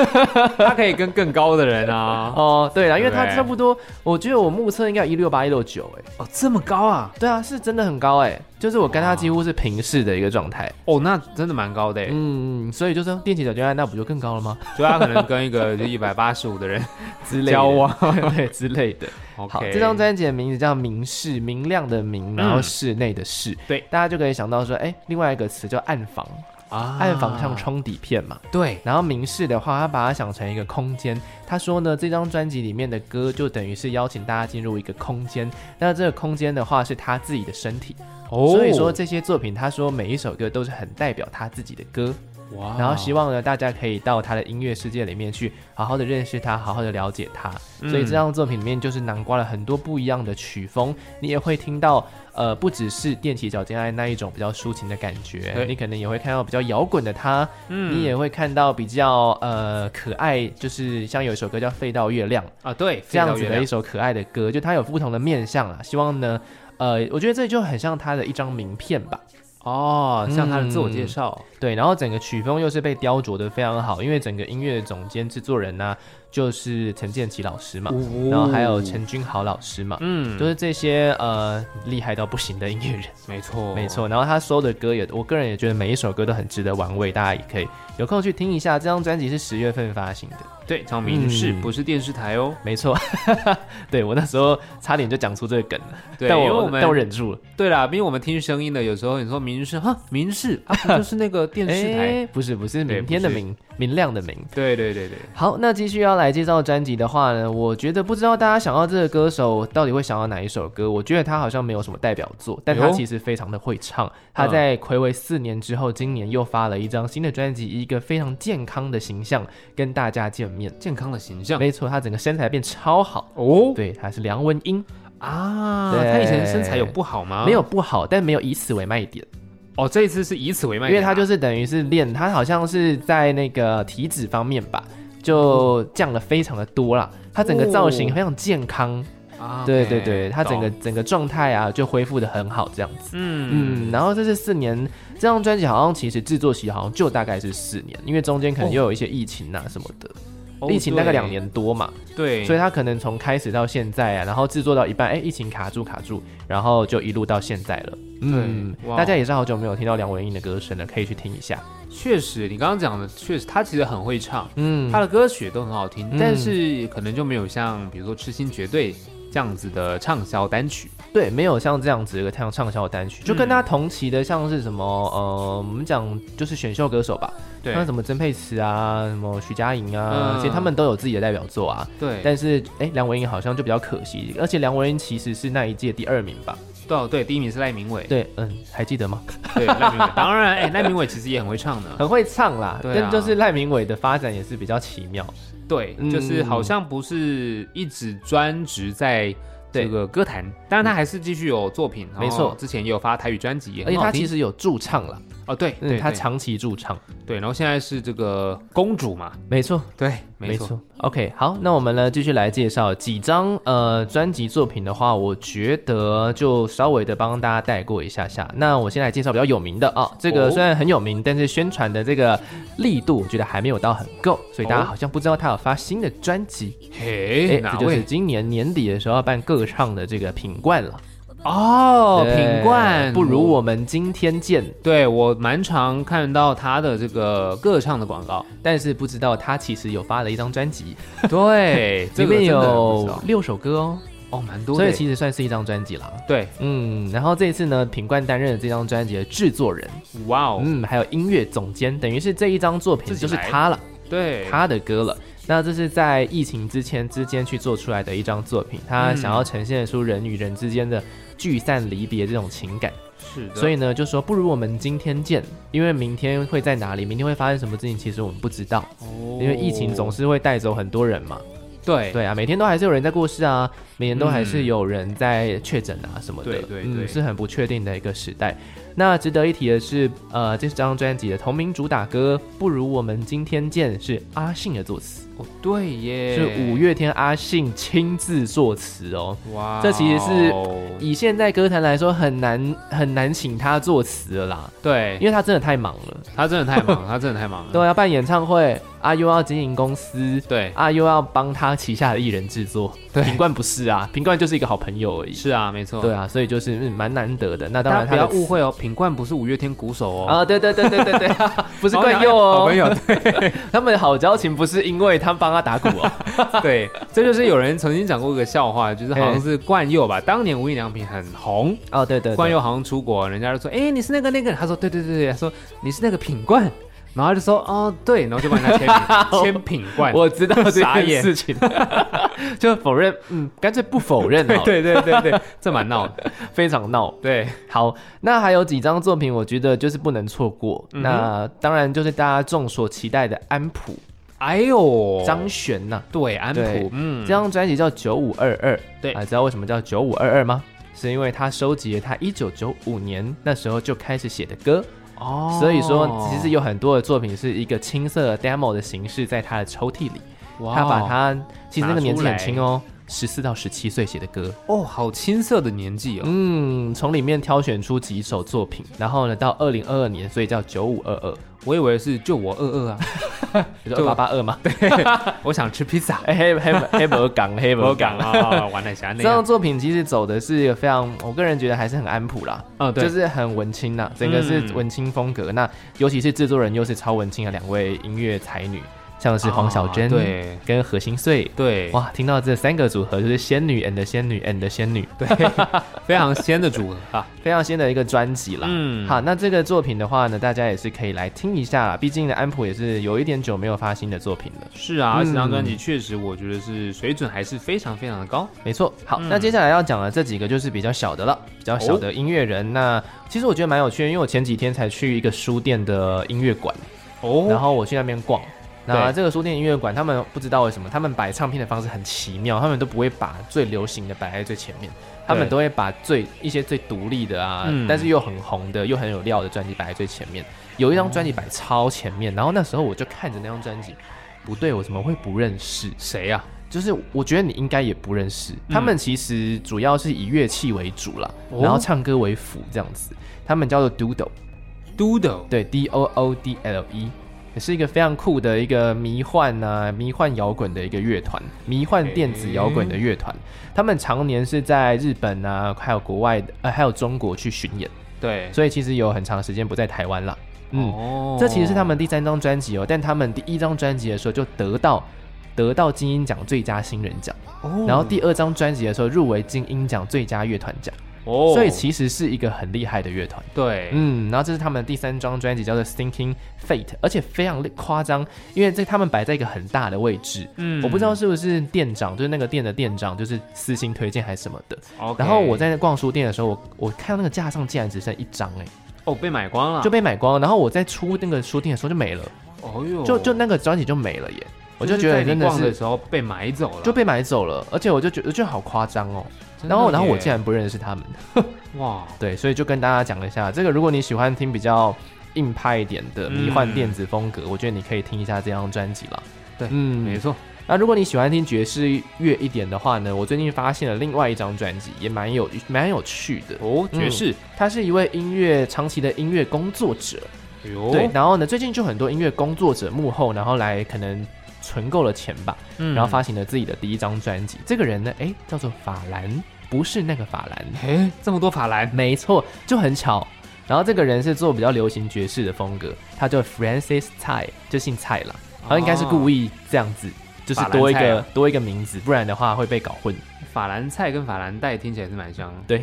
Speaker 1: 他可以跟更高的人啊，
Speaker 2: 哦，对了，因为他
Speaker 1: 对
Speaker 2: 差不多，我觉得我目测应该有一六八一六九，哎，
Speaker 1: 哦，这么高啊，
Speaker 2: 对啊，是真的很高哎、就是我跟他几乎是平视的一个状态，
Speaker 1: 哦，那真的蛮高的耶，
Speaker 2: 嗯，所以就是踮起脚尖爱，那不就更高了吗？
Speaker 1: 所以他可能跟一个就一百八十五的人
Speaker 2: 之
Speaker 1: 交往。
Speaker 2: 啊 对之类的。好，
Speaker 1: OK，嗯
Speaker 2: 这张专辑的名字叫《明室》，明亮的明，然后室内的室。
Speaker 1: 对
Speaker 2: 大家就可以想到说，哎，另外一个词叫暗房，
Speaker 1: 啊
Speaker 2: 暗房像冲底片嘛。
Speaker 1: 对，
Speaker 2: 然后明室的话，他把它想成一个空间。他说呢，这张专辑里面的歌就等于是邀请大家进入一个空间。那这个空间的话是他自己的身体，
Speaker 1: 哦
Speaker 2: 所以说这些作品，他说每一首歌都是很代表他自己的歌。
Speaker 1: 哇
Speaker 2: 然后希望呢，大家可以到他的音乐世界里面去，好好的认识他，好好的了解他。
Speaker 1: 嗯
Speaker 2: 所以这张作品里面就是囊括了很多不一样的曲风，你也会听到，呃，不只是踮起脚尖爱那一种比较抒情的感觉
Speaker 1: 对，嗯
Speaker 2: 你可能也会看到比较摇滚的他，你也会看到比较呃可爱，就是像有一首歌叫《飞到月亮》
Speaker 1: 啊，对，
Speaker 2: 这样子
Speaker 1: 飞到
Speaker 2: 的
Speaker 1: 月亮
Speaker 2: 一首可爱的歌，就它有不同的面向啊啦。希望呢，呃，我觉得这就很像他的一张名片吧。
Speaker 1: 哦，像他的自我介绍，
Speaker 2: 对，然后整个曲风又是被雕琢的非常好，因为整个音乐总监制作人呢、就是陈建奇老师嘛，
Speaker 1: 哦
Speaker 2: 嗯然后还有陈君豪老师嘛，
Speaker 1: 嗯，
Speaker 2: 就是这些呃厉害到不行的音乐人，
Speaker 1: 没 错，
Speaker 2: 没，错。然后他收的歌也，我个人也觉得每一首歌都很值得玩味，大家也可以有空去听一下。这张专辑是十月份发行的，
Speaker 1: 对，叫民视
Speaker 2: 嗯
Speaker 1: 不是电视台哦，
Speaker 2: 没错。 对我那时候差点就讲出这个梗了，
Speaker 1: 对，
Speaker 2: 但
Speaker 1: 因为
Speaker 2: 我
Speaker 1: 我们
Speaker 2: 但我忍住了。
Speaker 1: 对啦，因为我们听声音的，有时候你说民视哈，民视啊，不就是那个电视 台？
Speaker 2: 哎，不是不是，
Speaker 1: 对
Speaker 2: 明
Speaker 1: 不
Speaker 2: 天的
Speaker 1: 是
Speaker 2: 明，明亮的明。
Speaker 1: 对对对对，
Speaker 2: 好，那继续要来介绍专辑的话呢，我觉得不知道大家想到这个歌手到底会想到哪一首歌。我觉得他好像没有什么代表作，但
Speaker 1: 哎
Speaker 2: 他
Speaker 1: 呦
Speaker 2: 其实非常的会唱。他
Speaker 1: 嗯
Speaker 2: 在暌违四年之后，今年又发了一张新的专辑，以一个非常健康的形象跟大家见面。
Speaker 1: 健康的形象
Speaker 2: 没错，他整个身材变超好。
Speaker 1: 哦
Speaker 2: 对，他是梁文音，
Speaker 1: 啊，
Speaker 2: 对
Speaker 1: 他以前身材有不好吗？
Speaker 2: 没有不好，但没有以此为卖点，
Speaker 1: 哦，这一次是以此为卖
Speaker 2: 因
Speaker 1: 点
Speaker 2: 为
Speaker 1: 啊，
Speaker 2: 他就是等于是练，他好像是在那个体脂方面吧，就降了非常的多啦。他整个造型
Speaker 1: 哦
Speaker 2: 非常健康，
Speaker 1: 啊，
Speaker 2: 对
Speaker 1: OK，
Speaker 2: 对对，他整个
Speaker 1: 懂
Speaker 2: 整个状态啊就恢复的很好这样子。
Speaker 1: 嗯
Speaker 2: 嗯，然后这是四年，这张专辑好像其实制作期好像就大概是四年，因为中间可能又有一些疫情啊什么的。
Speaker 1: 哦
Speaker 2: 疫情大概
Speaker 1: 对
Speaker 2: 两年多嘛，
Speaker 1: 对，
Speaker 2: 所以他可能从开始到现在啊，然后制作到一半，哎，疫情卡住卡住，然后就一路到现在了。嗯，
Speaker 1: 哇哦
Speaker 2: 大家也是好久没有听到梁文音的歌声了，可以去听一下。
Speaker 1: 确实，你刚刚讲的确实，他其实很会唱，
Speaker 2: 嗯
Speaker 1: 他的歌曲也都很好听，
Speaker 2: 嗯
Speaker 1: 但是可能就没有像比如说《痴心绝对》这样子的畅销单曲。
Speaker 2: 对，没有像这样子一个唱畅销的单曲，就
Speaker 1: 嗯
Speaker 2: 跟他同期的像是什么呃，我们讲就是选秀歌手吧，
Speaker 1: 对
Speaker 2: 像什么曾沛慈啊，什么徐佳莹啊，
Speaker 1: 嗯
Speaker 2: 其实他们都有自己的代表作啊。
Speaker 1: 对，
Speaker 2: 但是哎，梁文音好像就比较可惜，而且梁文音其实是那一届第二名吧？
Speaker 1: 对哦对，第一名是赖明伟，
Speaker 2: 对，嗯，还记得吗？
Speaker 1: 对赖明伟，当然，哎，赖明伟其实也很会唱的，
Speaker 2: 很会唱啦，
Speaker 1: 对啊
Speaker 2: 但就是赖明伟的发展也是比较奇妙。
Speaker 1: 对，
Speaker 2: 嗯
Speaker 1: 就是好像不是一直专职在。这
Speaker 2: 对
Speaker 1: 个歌坛，当然他还是继续有作品，然后
Speaker 2: 没错
Speaker 1: 之前也有发台语专辑，也
Speaker 2: 而
Speaker 1: 很
Speaker 2: 且
Speaker 1: 好
Speaker 2: 他
Speaker 1: 听
Speaker 2: 其实有驻唱啦，
Speaker 1: 哦，对，对，
Speaker 2: 嗯，他
Speaker 1: 对
Speaker 2: 长期驻唱，
Speaker 1: 对，然后现在是这个公主嘛，
Speaker 2: 没错，
Speaker 1: 对，没错，
Speaker 2: 错。OK，好，那我们呢继续来介绍几张呃专辑作品的话，我觉得就稍微的帮大家带过一下下。那我先来介绍比较有名的啊、这
Speaker 1: 哦
Speaker 2: 个虽然很有名，但是宣传的这个力度，我觉得还没有到很够，所以大
Speaker 1: 哦
Speaker 2: 家好像不知道他有发新的专辑。
Speaker 1: 嘿，
Speaker 2: 哎、
Speaker 1: 哪
Speaker 2: 这就是
Speaker 1: 位？
Speaker 2: 今年年底的时候要办歌唱的这个品冠了。
Speaker 1: 哦，
Speaker 2: 对
Speaker 1: 品冠
Speaker 2: 不如我们今天见。
Speaker 1: 对我蛮常看到他的这个歌唱的 广告，
Speaker 2: 但是不知道他其实有发了一张专辑，
Speaker 1: 对，
Speaker 2: 里
Speaker 1: 这个
Speaker 2: 面
Speaker 1: 真的不知
Speaker 2: 有
Speaker 1: 道
Speaker 2: 六首歌哦，
Speaker 1: 哦，蛮多
Speaker 2: 所
Speaker 1: 的
Speaker 2: 以
Speaker 1: 耶，
Speaker 2: 其实算是一张专辑啦。
Speaker 1: 对，
Speaker 2: 嗯，然后这一次呢，品冠担任了这张专辑的制作人，
Speaker 1: 哇哦，
Speaker 2: 嗯，还有音乐总监，等于是这一张作品
Speaker 1: 自己
Speaker 2: 就是
Speaker 1: 来
Speaker 2: 他了，
Speaker 1: 对，
Speaker 2: 他的歌了。那这是在疫情之前之间去做出来的一张作品，他
Speaker 1: 嗯
Speaker 2: 想要呈现出人与人之间的聚散离别这种情感。
Speaker 1: 是的，
Speaker 2: 所以呢，就说不如我们今天见，因为明天会在哪里，明天会发生什么事情，其实我们不知道，
Speaker 1: 哦
Speaker 2: 因为疫情总是会带走很多人嘛。
Speaker 1: 对
Speaker 2: 对啊，每天都还是有人在过世啊，每天都还
Speaker 1: 嗯
Speaker 2: 是有人在确诊啊什么的，
Speaker 1: 对对对
Speaker 2: 嗯，是很不确定的一个时代。那值得一提的是，呃，这张专辑的同名主打歌《不如我们今天见》是阿信的作词，
Speaker 1: 哦对耶，
Speaker 2: 是五月天阿信亲自作词哦。
Speaker 1: 哇哦，
Speaker 2: 这其实是以现在歌坛来说，很难很难请他作词了啦，
Speaker 1: 对嗯
Speaker 2: 因，为他真的太忙了，
Speaker 1: 他真的太忙，他真的 太忙了，
Speaker 2: 都要办演唱会，啊又要经营公司，
Speaker 1: 对
Speaker 2: 啊，又要帮他旗下的艺人制作。
Speaker 1: 对
Speaker 2: 品冠不是啊，品冠就是一个好朋友而已。
Speaker 1: 是啊，没错，
Speaker 2: 对。啊，所以就是嗯蛮难得的。那当
Speaker 1: 大家
Speaker 2: 然
Speaker 1: 不
Speaker 2: 他
Speaker 1: 要
Speaker 2: 的
Speaker 1: 误会哦，品冠不是五月天鼓手哦，
Speaker 2: 啊，对对对对对对，不
Speaker 1: 不
Speaker 2: 是冠佑哦，
Speaker 1: 朋友，
Speaker 2: 他们好交情不是因为他帮他打鼓哦，
Speaker 1: 对，这就是有人曾经讲过一个笑话，就是好像是冠佑吧，当年无印良品很红，
Speaker 2: 哦对对，对
Speaker 1: 冠佑好像出国，人家就说：“哎、你是那个那个。”他说：“对对对对。”他说：“你是那个品冠。”然后他就说：“哦，对。”然后就帮 人家签名签品冠。
Speaker 2: 我知道这
Speaker 1: 傻眼
Speaker 2: 件事情， 就否认，嗯，干脆不否认好了，
Speaker 1: 对对对对，这蛮闹的。
Speaker 2: 非常闹。
Speaker 1: 对，
Speaker 2: 好，那还有几张作品，我觉得就是不能错过。
Speaker 1: 嗯哼
Speaker 2: 那当然就是大家众所期待的安普
Speaker 1: 哎呦，
Speaker 2: 张悬呐，
Speaker 1: 对安
Speaker 2: 对
Speaker 1: 普，嗯，
Speaker 2: 这张专辑叫九五二二，
Speaker 1: 对
Speaker 2: 啊，知道为什么叫九五二二吗？是因为他收集了他一九九五年那时候就开始写的歌，
Speaker 1: 哦
Speaker 2: 所以说其实有很多的作品是一个青涩的 demo 的形式，在他的抽屉里，
Speaker 1: 有
Speaker 2: 他把它其实那个年纪
Speaker 1: 拿出来
Speaker 2: 很轻哦，十四到十七岁写的歌，
Speaker 1: 哦，好青涩的年纪哦，
Speaker 2: 嗯，从里面挑选出几首作品，然后呢到二零二二年，所以叫九五二二，
Speaker 1: 我以为是就我二二啊，
Speaker 2: 就是八八二嘛，对，
Speaker 1: 我想吃披萨，
Speaker 2: 黑黑黑博港黑博港。
Speaker 1: 哎 敢啊，玩了一下那
Speaker 2: 这张
Speaker 1: 样，
Speaker 2: 作品其实走的是一个非常，我个人觉得还是很安普啦，
Speaker 1: 嗯，对，
Speaker 2: 就是很文青呐、整个是
Speaker 1: 嗯
Speaker 2: 文青风格。那尤其是制作人又是超文青的两位音乐才女，像是黄小
Speaker 1: 啊
Speaker 2: 珍、
Speaker 1: 对
Speaker 2: 跟何心碎。
Speaker 1: 对，
Speaker 2: 哇，听到这三个组合就是仙女 and 仙女 and 仙女，对，
Speaker 1: 非常鲜的组合啊，
Speaker 2: 非常新的一个专辑啦。
Speaker 1: 嗯
Speaker 2: 好，那这个作品的话呢，大家也是可以来听一下啦，毕竟呢，安普也是有一点久没有发新的作品了。
Speaker 1: 是啊，而且这张
Speaker 2: 嗯
Speaker 1: 专辑确实我觉得是水准还是非常非常的高。
Speaker 2: 没错，好，那接下来要讲的这几个就是比较小的了，比较小的音乐人。那其实我觉得蛮有趣的，因为我前几天才去一个书店的音乐馆，
Speaker 1: 哦
Speaker 2: 然后我去那边逛。那
Speaker 1: 对
Speaker 2: 这个书店音乐馆，他们不知道为什么，他们摆唱片的方式很奇妙，他们都不会把最流行的摆在最前面，他们都会把最一些最独立的啊，
Speaker 1: 嗯
Speaker 2: 但是又很红的、又很有料的专辑摆在最前面。有一张专辑摆超前面，然后那时候我就看着那张专辑，不对，我怎么会不认识？啊嗯
Speaker 1: 谁呀、
Speaker 2: 就是我觉得你应该也不认识，他们其实主要是以乐器为主啦，
Speaker 1: 哦
Speaker 2: 然后唱歌为辅这样子。他们叫做 Doodle，
Speaker 1: d o o d l e
Speaker 2: 对，D O O D L E。也是一个非常酷的一个迷幻啊、迷幻摇滚的一个乐团，迷幻电子摇滚的乐团。他们常年是在日本啊，还有国外的，呃，还有中国去巡演，
Speaker 1: 对，
Speaker 2: 所以其实有很长时间不在台湾啦。嗯，
Speaker 1: 哦
Speaker 2: 这其实是他们第三张专辑哦，但他们第一张专辑的时候就得到得到金鹰奖最佳新人奖，
Speaker 1: 哦
Speaker 2: 然后第二张专辑的时候入围金鹰奖最佳乐团奖，
Speaker 1: 哦
Speaker 2: 所以其实是一个很厉害的乐团。
Speaker 1: 对，
Speaker 2: 嗯，然后这是他们第三张专辑，叫做《Thinking Fate》，而且非常夸张，因为这他们摆在一个很大的位置。
Speaker 1: 嗯
Speaker 2: 我不知道是不是店长，就是那个店的店长，就是私心推荐还是什么的。
Speaker 1: OK
Speaker 2: 然后我在那逛书店的时候，我我看到那个架上竟然只剩一张、欸，
Speaker 1: 哦被买光了，
Speaker 2: 就被买光了。然后我在出那个书店的时候就没了，
Speaker 1: 哦哟，
Speaker 2: 就就那个专辑就没了耶。我就是觉得
Speaker 1: 在你
Speaker 2: 真的
Speaker 1: 逛的
Speaker 2: 是
Speaker 1: 时候啊被买走了，
Speaker 2: 就被买走了，而且我就觉得就好夸张哦。
Speaker 1: 真的
Speaker 2: 然后然后我
Speaker 1: 耶
Speaker 2: 竟然不认识他们，
Speaker 1: 哇，
Speaker 2: 对，所以就跟大家讲一下，这个如果你喜欢听比较硬派一点
Speaker 1: 嗯
Speaker 2: 的迷幻电子风格，我觉得你可以听一下这张专辑啦。
Speaker 1: 对没
Speaker 2: 嗯，
Speaker 1: 错，
Speaker 2: 那如果你喜欢听爵士乐一点的话呢，我最近发现了另外一张专辑，也蛮有蛮有趣的。
Speaker 1: 哦爵
Speaker 2: 嗯
Speaker 1: 士，
Speaker 2: 他是一位音乐长期的音乐工作者，
Speaker 1: 哎呦
Speaker 2: 对，，然后呢，最近就很多音乐工作者幕后，然后来可能存够了钱吧，
Speaker 1: 嗯
Speaker 2: 然后发行了自己的第一张专辑。这个人呢，诶，叫做法兰，不是那个法兰，
Speaker 1: 哎这么多法兰，
Speaker 2: 没错，就很巧。然后这个人是做比较流行爵士的风格，他叫 Francis Tsai，就姓蔡啦。好像应该是故意这样子，就是多一
Speaker 1: 法兰
Speaker 2: 个
Speaker 1: 蔡啊
Speaker 2: 多一个名字，不然的话会被搞混。
Speaker 1: 法兰菜跟法兰带听起来是蛮像的，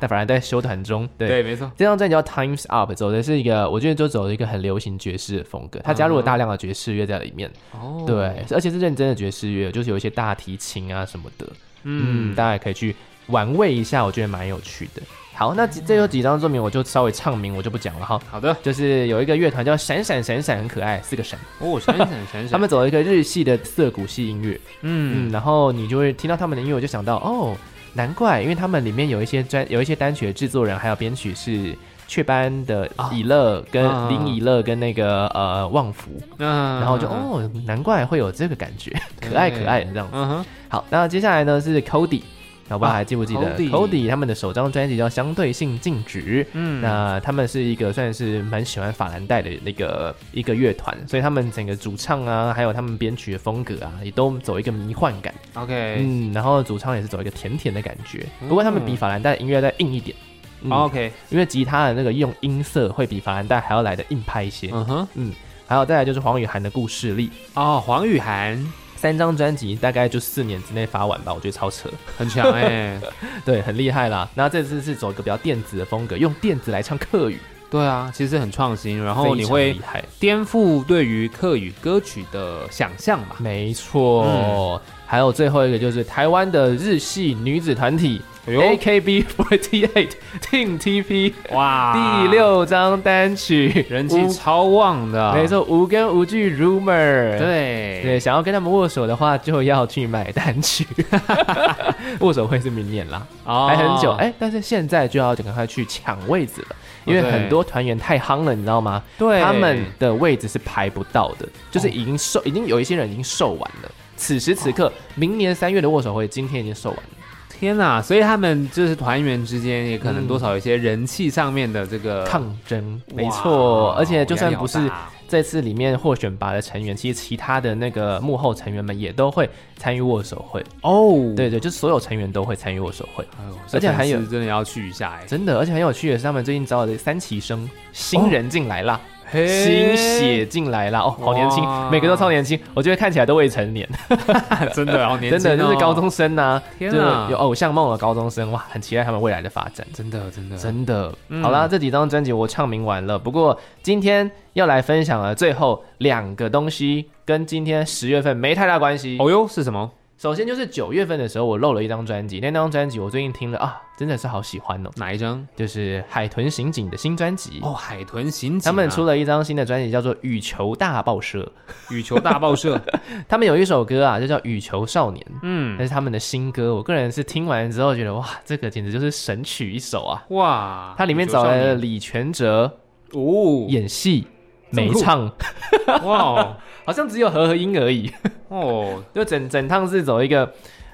Speaker 2: 但反而在修团中，对。
Speaker 1: 啊对，没错，
Speaker 2: 这张专辑叫《Times Up》，走的是一个，我觉得就走了一个很流行爵士的风格，他加入了大量的爵士乐在里面，
Speaker 1: 啊哦，
Speaker 2: 对，而且是认真的爵士乐，就是有一些大提琴啊什么的，嗯，
Speaker 1: 嗯，
Speaker 2: 大家也可以去玩味一下，我觉得蛮有趣的。好，那几这有几张作品我就稍微唱名，我就不讲了哈。
Speaker 1: 好的，
Speaker 2: 就是有一个乐团叫闪闪闪闪，很可爱，四个闪。
Speaker 1: 哦闪闪闪闪，
Speaker 2: 他们走了一个日系的涩谷系音乐，
Speaker 1: 嗯
Speaker 2: 嗯，然后你就会听到他们的音乐，我就想到哦，难怪，因为他们里面有一些专有一些单曲的制作人还有编曲是雀斑的以乐跟
Speaker 1: 啊
Speaker 2: 林以乐跟那个呃旺福，
Speaker 1: 嗯，
Speaker 2: 然后我就哦，难怪会有这个感觉，可爱可爱的这样子。
Speaker 1: 嗯哼，
Speaker 2: 好，那接下来呢是 Cody。好不好？
Speaker 1: 啊
Speaker 2: 还记不记得
Speaker 1: Cody
Speaker 2: Cody 他们的首张专辑叫《相对性静止》？
Speaker 1: 嗯
Speaker 2: 那他们是一个算是蛮喜欢法兰黛的那个一个乐团，所以他们整个主唱啊，还有他们编曲的风格啊，也都走一个迷幻感，
Speaker 1: OK
Speaker 2: 嗯，然后主唱也是走一个甜甜的感觉。
Speaker 1: 嗯
Speaker 2: 不过他们比法兰黛的音乐再硬一点，嗯
Speaker 1: OK，
Speaker 2: 因为吉他的那个用音色会比法兰黛还要来的硬派一些。
Speaker 1: 嗯哼，
Speaker 2: 还有再来就是黄雨涵的故事力，
Speaker 1: 哦黄雨涵
Speaker 2: 三张专辑大概就四年之内发完吧，我觉得超扯，
Speaker 1: 很 强哎，
Speaker 2: 对，很厉害啦。那这次是走一个比较电子的风格，用电子来唱客语，
Speaker 1: 对啊，其实很创新，然后
Speaker 2: 非
Speaker 1: 哦你
Speaker 2: 常
Speaker 1: 会
Speaker 2: 厉害。
Speaker 1: 颠覆对于客语歌曲的想象吧。
Speaker 2: 没
Speaker 1: 嗯
Speaker 2: 错，还有最后一个就是台湾的日系女子团体
Speaker 1: 哎
Speaker 2: AKB48 Team TP
Speaker 1: 哇，
Speaker 2: 第六张单曲，
Speaker 1: 啊 人气超旺的，
Speaker 2: 无没，错，无根无据 Rumor。
Speaker 1: 对
Speaker 2: 对，想要跟他们握手的话，就要去买单 曲。握手会是明年啦，
Speaker 1: 哦
Speaker 2: 还很久。哎、但是现在就要赶快去抢位置了，因为
Speaker 1: 哦对
Speaker 2: 很多团员太夯了，你知道吗？
Speaker 1: 对哦
Speaker 2: 他们的位置是排不到的，就是已经售，已经有一些人已经售完了。此时此
Speaker 1: 哦
Speaker 2: 刻，明年三月的握手会，今天已经售完了。
Speaker 1: 天哪，所以他们就是团员之间也可能
Speaker 2: 嗯
Speaker 1: 多少有一些人气上面的这个
Speaker 2: 抗争，
Speaker 1: 呃哇哦
Speaker 2: 没错。而且就算
Speaker 1: 压力好
Speaker 2: 不是
Speaker 1: 大
Speaker 2: 这次里面获选拔的成员，其实其他的那个幕后成员们也都会参与握手会。
Speaker 1: 哦，
Speaker 2: 对对，就是所有成员都会参与握手会。
Speaker 1: 哎呦，
Speaker 2: 而且还有
Speaker 1: 这粉丝真的要去一下哎，
Speaker 2: 真的，而且很有趣的是，他们最近招的三期生新人进来啦，
Speaker 1: 嘿
Speaker 2: 新血进来啦，哦，好年轻，
Speaker 1: 哦哇
Speaker 2: 每个都超年轻，我觉得看起来都未成年，
Speaker 1: 真的好年
Speaker 2: 真
Speaker 1: 轻哦，
Speaker 2: 的就是高中生呐、就
Speaker 1: 天啊
Speaker 2: 是
Speaker 1: 哪
Speaker 2: 有偶像梦的高中生，哇，很期待他们未来的发展。
Speaker 1: 真的真的
Speaker 2: 真的，
Speaker 1: 嗯
Speaker 2: 好啦，这几张专辑我唱明完了。不过今天要来分享的最后两个东西，跟今天十月份没太大关系。
Speaker 1: 哦哟是什么？
Speaker 2: 首先就是九月份的时候，我漏了一张专辑，那张专辑我最近听了啊，真的是好喜欢哦，
Speaker 1: 哪一张？
Speaker 2: 就是海豚刑警的新专辑。
Speaker 1: 哦，海豚刑警啊，
Speaker 2: 他们出了一张新的专辑，叫做《羽球大报社
Speaker 1: 羽球大 报社，》。
Speaker 2: 他们有一首歌啊，就叫《羽球少年》，那
Speaker 1: 嗯，
Speaker 2: 是他们的新歌。我个人是听完之后觉得，哇，这个简直就是神曲一首啊！
Speaker 1: 哇，
Speaker 2: 它里面
Speaker 1: 羽球
Speaker 2: 找
Speaker 1: 少
Speaker 2: 来了
Speaker 1: 年
Speaker 2: 李全哲
Speaker 1: 哦，
Speaker 2: 演戏、
Speaker 1: 这么
Speaker 2: 没
Speaker 1: 酷
Speaker 2: 唱，
Speaker 1: 哇哦
Speaker 2: 好像只有和和音而已。
Speaker 1: 哦，
Speaker 2: 就整整趟是走一个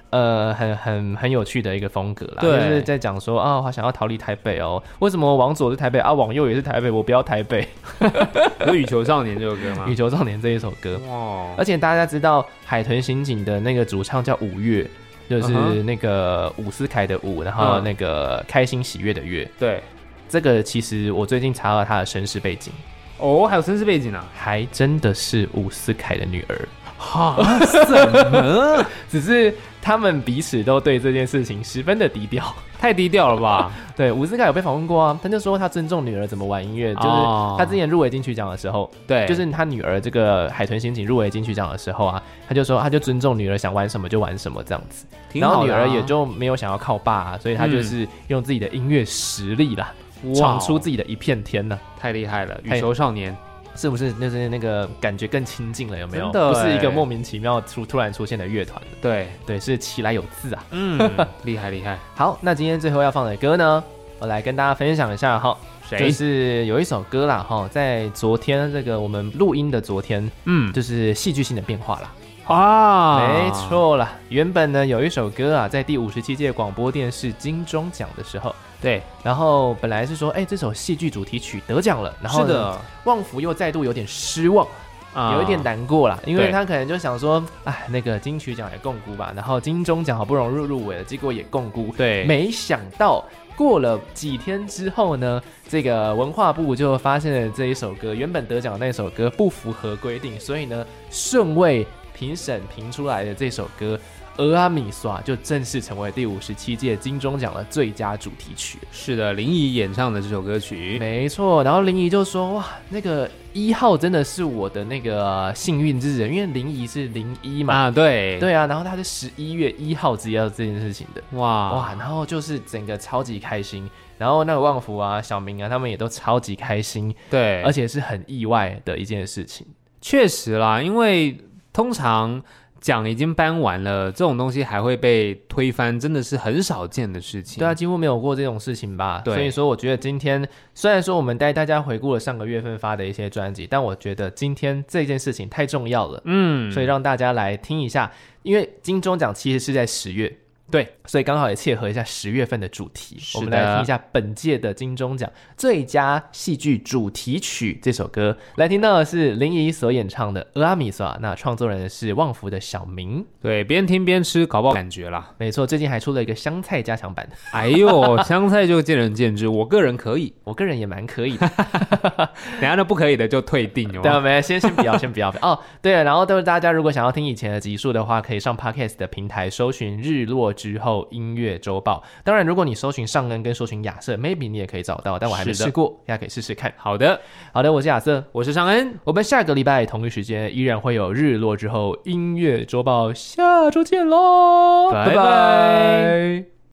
Speaker 2: 呃很很很有趣的一个风格啦，
Speaker 1: 对
Speaker 2: 就是在讲说啊，我好想要逃离台北哦，为什么往左是台北啊，往右也是台北，我不要台北。
Speaker 1: 有《羽球少年》这首歌
Speaker 2: 羽
Speaker 1: 吗？
Speaker 2: 球少年这一首歌，
Speaker 1: 哇，哦
Speaker 2: 而且大家知道海豚刑警的那个主唱叫五月，就是
Speaker 1: 嗯
Speaker 2: 那个伍思凯的伍，然后
Speaker 1: 嗯
Speaker 2: 那个开心喜悦的悦。
Speaker 1: 对，
Speaker 2: 这个其实我最近查到他的身世背景，
Speaker 1: 哦，还有绅士背 景啊，
Speaker 2: 还真的是伍思凯的女儿，
Speaker 1: 哈，什么？
Speaker 2: 只是他们彼此都对这件事情十分的低调。
Speaker 1: 太低调了 吧？
Speaker 2: 对，伍思凯有被访问过啊，他就说他尊重女儿怎么玩音乐，就是
Speaker 1: 哦哎
Speaker 2: 他之前入围金曲奖的时候，
Speaker 1: 对，
Speaker 2: 就是他女儿这个海豚刑警入围金曲奖的时候啊，他就说他就尊重女儿想玩什么就玩什么这样子，
Speaker 1: 挺
Speaker 2: 然
Speaker 1: 好
Speaker 2: 后女
Speaker 1: 的啊嗯
Speaker 2: 儿也就没有想要靠爸、啊，所以他就是用自己的音乐实力啦，
Speaker 1: 哇哦
Speaker 2: 闯出自己的一片天呢、
Speaker 1: 太厉害了，《
Speaker 2: 太
Speaker 1: 羽球少年》
Speaker 2: 是不是？就是那个感觉更亲近了，有没有？
Speaker 1: 真的
Speaker 2: 不是一个
Speaker 1: 欸
Speaker 2: 莫名其妙出突然出现的乐团了
Speaker 1: 对，
Speaker 2: 对，是其来有自啊。
Speaker 1: 嗯，厉害厉害，
Speaker 2: 好，那今天最后要放的歌呢，我来跟大家分享一下哈，就
Speaker 1: 谁？
Speaker 2: 是有一首歌啦哈，在昨天这个我们录音的昨天，
Speaker 1: 嗯，
Speaker 2: 就是戏剧性的变化啦。
Speaker 1: 啊，
Speaker 2: 没，错啦，原本呢有一首歌啊，在第五十七届广播电视金钟奖的时候，
Speaker 1: 对，
Speaker 2: 然后本来是说，哎、这首戏剧主题曲得奖了，然后
Speaker 1: 是
Speaker 2: 呢，
Speaker 1: 的，
Speaker 2: 旺福又再度有点失望，
Speaker 1: 啊
Speaker 2: 有一点难过啦，因为
Speaker 1: 对
Speaker 2: 他可能就想说，哎，那个金曲奖也共估吧，然后金钟奖好不容易入围了，结果也共估，
Speaker 1: 对，
Speaker 2: 没想到。过了几天之后呢，这个文化部就发现了这一首歌原本得奖的那首歌不符合规定，所以呢，顺位评审评出来的这首歌《俄阿米刷》就正式成为第五十七届金钟奖的最佳主题曲。
Speaker 1: 是的，林怡演唱的这首歌曲，
Speaker 2: 没错，然后林怡就说：“哇，那个一号真的是我的那个呃幸运之人，因为林怡是零一嘛，
Speaker 1: 啊，对，，
Speaker 2: 对啊，然后他是十一月一号知道这件事情的，
Speaker 1: 哇
Speaker 2: 哇，然后就是整个超级开心，然后那个旺福啊、小明啊，他们也都超级开心，
Speaker 1: 对，嗯
Speaker 2: 而且是很意外的一件事情，
Speaker 1: 确实啦，因为通常奖已经颁完了，这种东西还会被推翻，真的是很少见的事情。
Speaker 2: 对啊，，几乎没有过这种事情吧，
Speaker 1: 对
Speaker 2: 所以说我觉得今天虽然说我们带大家回顾了上个月份发的一些专辑，但我觉得今天这件事情太重要了。”
Speaker 1: 嗯，
Speaker 2: 所以让大家来听一下，因为金钟奖其实是在十月，
Speaker 1: 对，
Speaker 2: 所以刚好也切合一下十月份的主题。
Speaker 1: 是的
Speaker 2: 我们来听一下本届的金钟奖最佳戏剧主题曲这首歌，来听到的是林怡所演唱的《俄阿米索》，啊那创作人是旺福的小明。
Speaker 1: 对，边听边吃，搞不好感觉 啦。
Speaker 2: 没错，最近还出了一个香菜加强版，
Speaker 1: 哎呦，香菜就见仁见智，我个人可以，
Speaker 2: 我个人也蛮可以的。
Speaker 1: 等下那不可以的就退订
Speaker 2: 对 啊，
Speaker 1: 哦。
Speaker 2: 没先先不要，先不要。不要哦，对了，然后就是大家如果想要听以前的集数的话，可以上 Podcast 的平台搜寻“日落之后音乐周报”。当然，如果你搜寻上恩跟搜寻亚瑟，maybe 你也可以找到，但我还没
Speaker 1: 是的
Speaker 2: 试过，大家可以试试看。
Speaker 1: 好的，
Speaker 2: 好的，我是亚瑟，
Speaker 1: 我是尚恩，
Speaker 2: 我们下个礼拜同一时间依然会有“日落之后音乐周报”，下周见喽，
Speaker 1: 拜拜